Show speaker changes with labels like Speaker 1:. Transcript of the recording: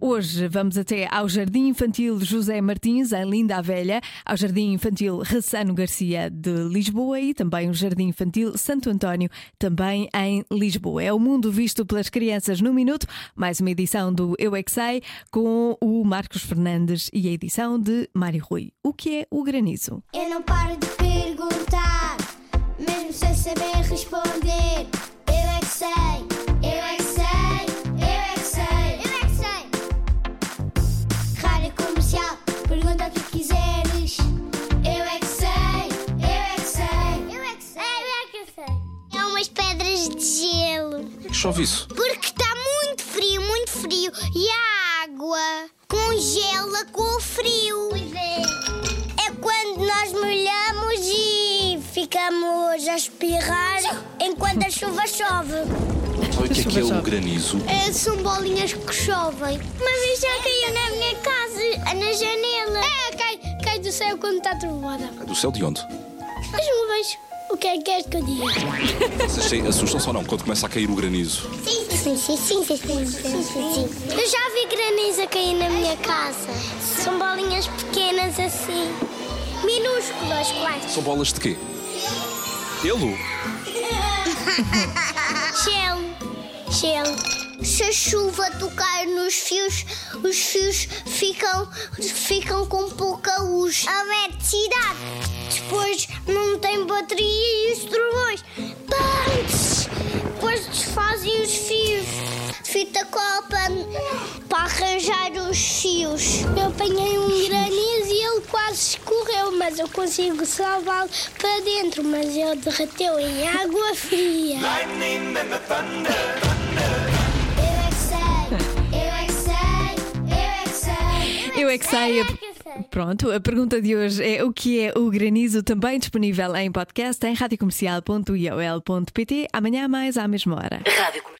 Speaker 1: Hoje vamos até ao Jardim Infantil José Martins, em Linda a Velha, ao Jardim Infantil Ressano Garcia de Lisboa e também o Jardim Infantil Santo António, também em Lisboa. É o mundo visto pelas crianças no minuto, mais uma edição do Eu é que Sei, com o Marcos Fernandes e a edição de Mário Rui. O que é o granizo?
Speaker 2: Eu não paro de perguntar, mesmo sem saber responder. Eu é que sei, eu é que sei, eu é que sei, eu é que sei. Rádio comercial, pergunta o que quiseres. Eu é que sei, eu é que sei, eu é que sei, eu é que sei. Há umas pedras de gelo.
Speaker 3: Por que chove isso?
Speaker 2: Porque está muito frio, muito frio. E a água congela com o frio. Pois é. É quando nós molhamos e ficamos a espirrar enquanto a chuva chove.
Speaker 3: Sabe o que é que é o granizo?
Speaker 2: são bolinhas que chovem. Mas isso já caiu na minha casa, na janela. É, cai, cai do céu quando tá está trovada.
Speaker 3: É do céu de onde?
Speaker 2: As nuvens. O que é que queres que eu diga?
Speaker 3: Vocês se- assustam-se ou não quando começa a cair o granizo?
Speaker 2: Sim, sim, sim, sim, sim, sim, sim, sim. Eu já vi granizo a cair na minha casa. São bolinhas pequenas assim, minúsculas quase.
Speaker 3: São bolas de quê? Gelo?
Speaker 2: Gelo, gelo. Se a chuva tocar nos fios, os fios ficam, ficam com pouca luz. Eletricidade. Depois não tem bateria e os trovões. Pá! Depois desfazem os fios. Fita copa para arranjar os fios. Eu apanhei um granizo e ele quase escorreu, mas eu consigo salvá-lo para dentro. Mas ele derreteu em água fria. Eu é que sei, eu é que sei, eu é que sei, eu é que sei.
Speaker 1: Eu é que sei. Pronto, a pergunta de hoje é o que é o granizo, também disponível em podcast em radiocomercial.iol.pt. Amanhã mais à mesma hora.
Speaker 4: Rádio Comercial.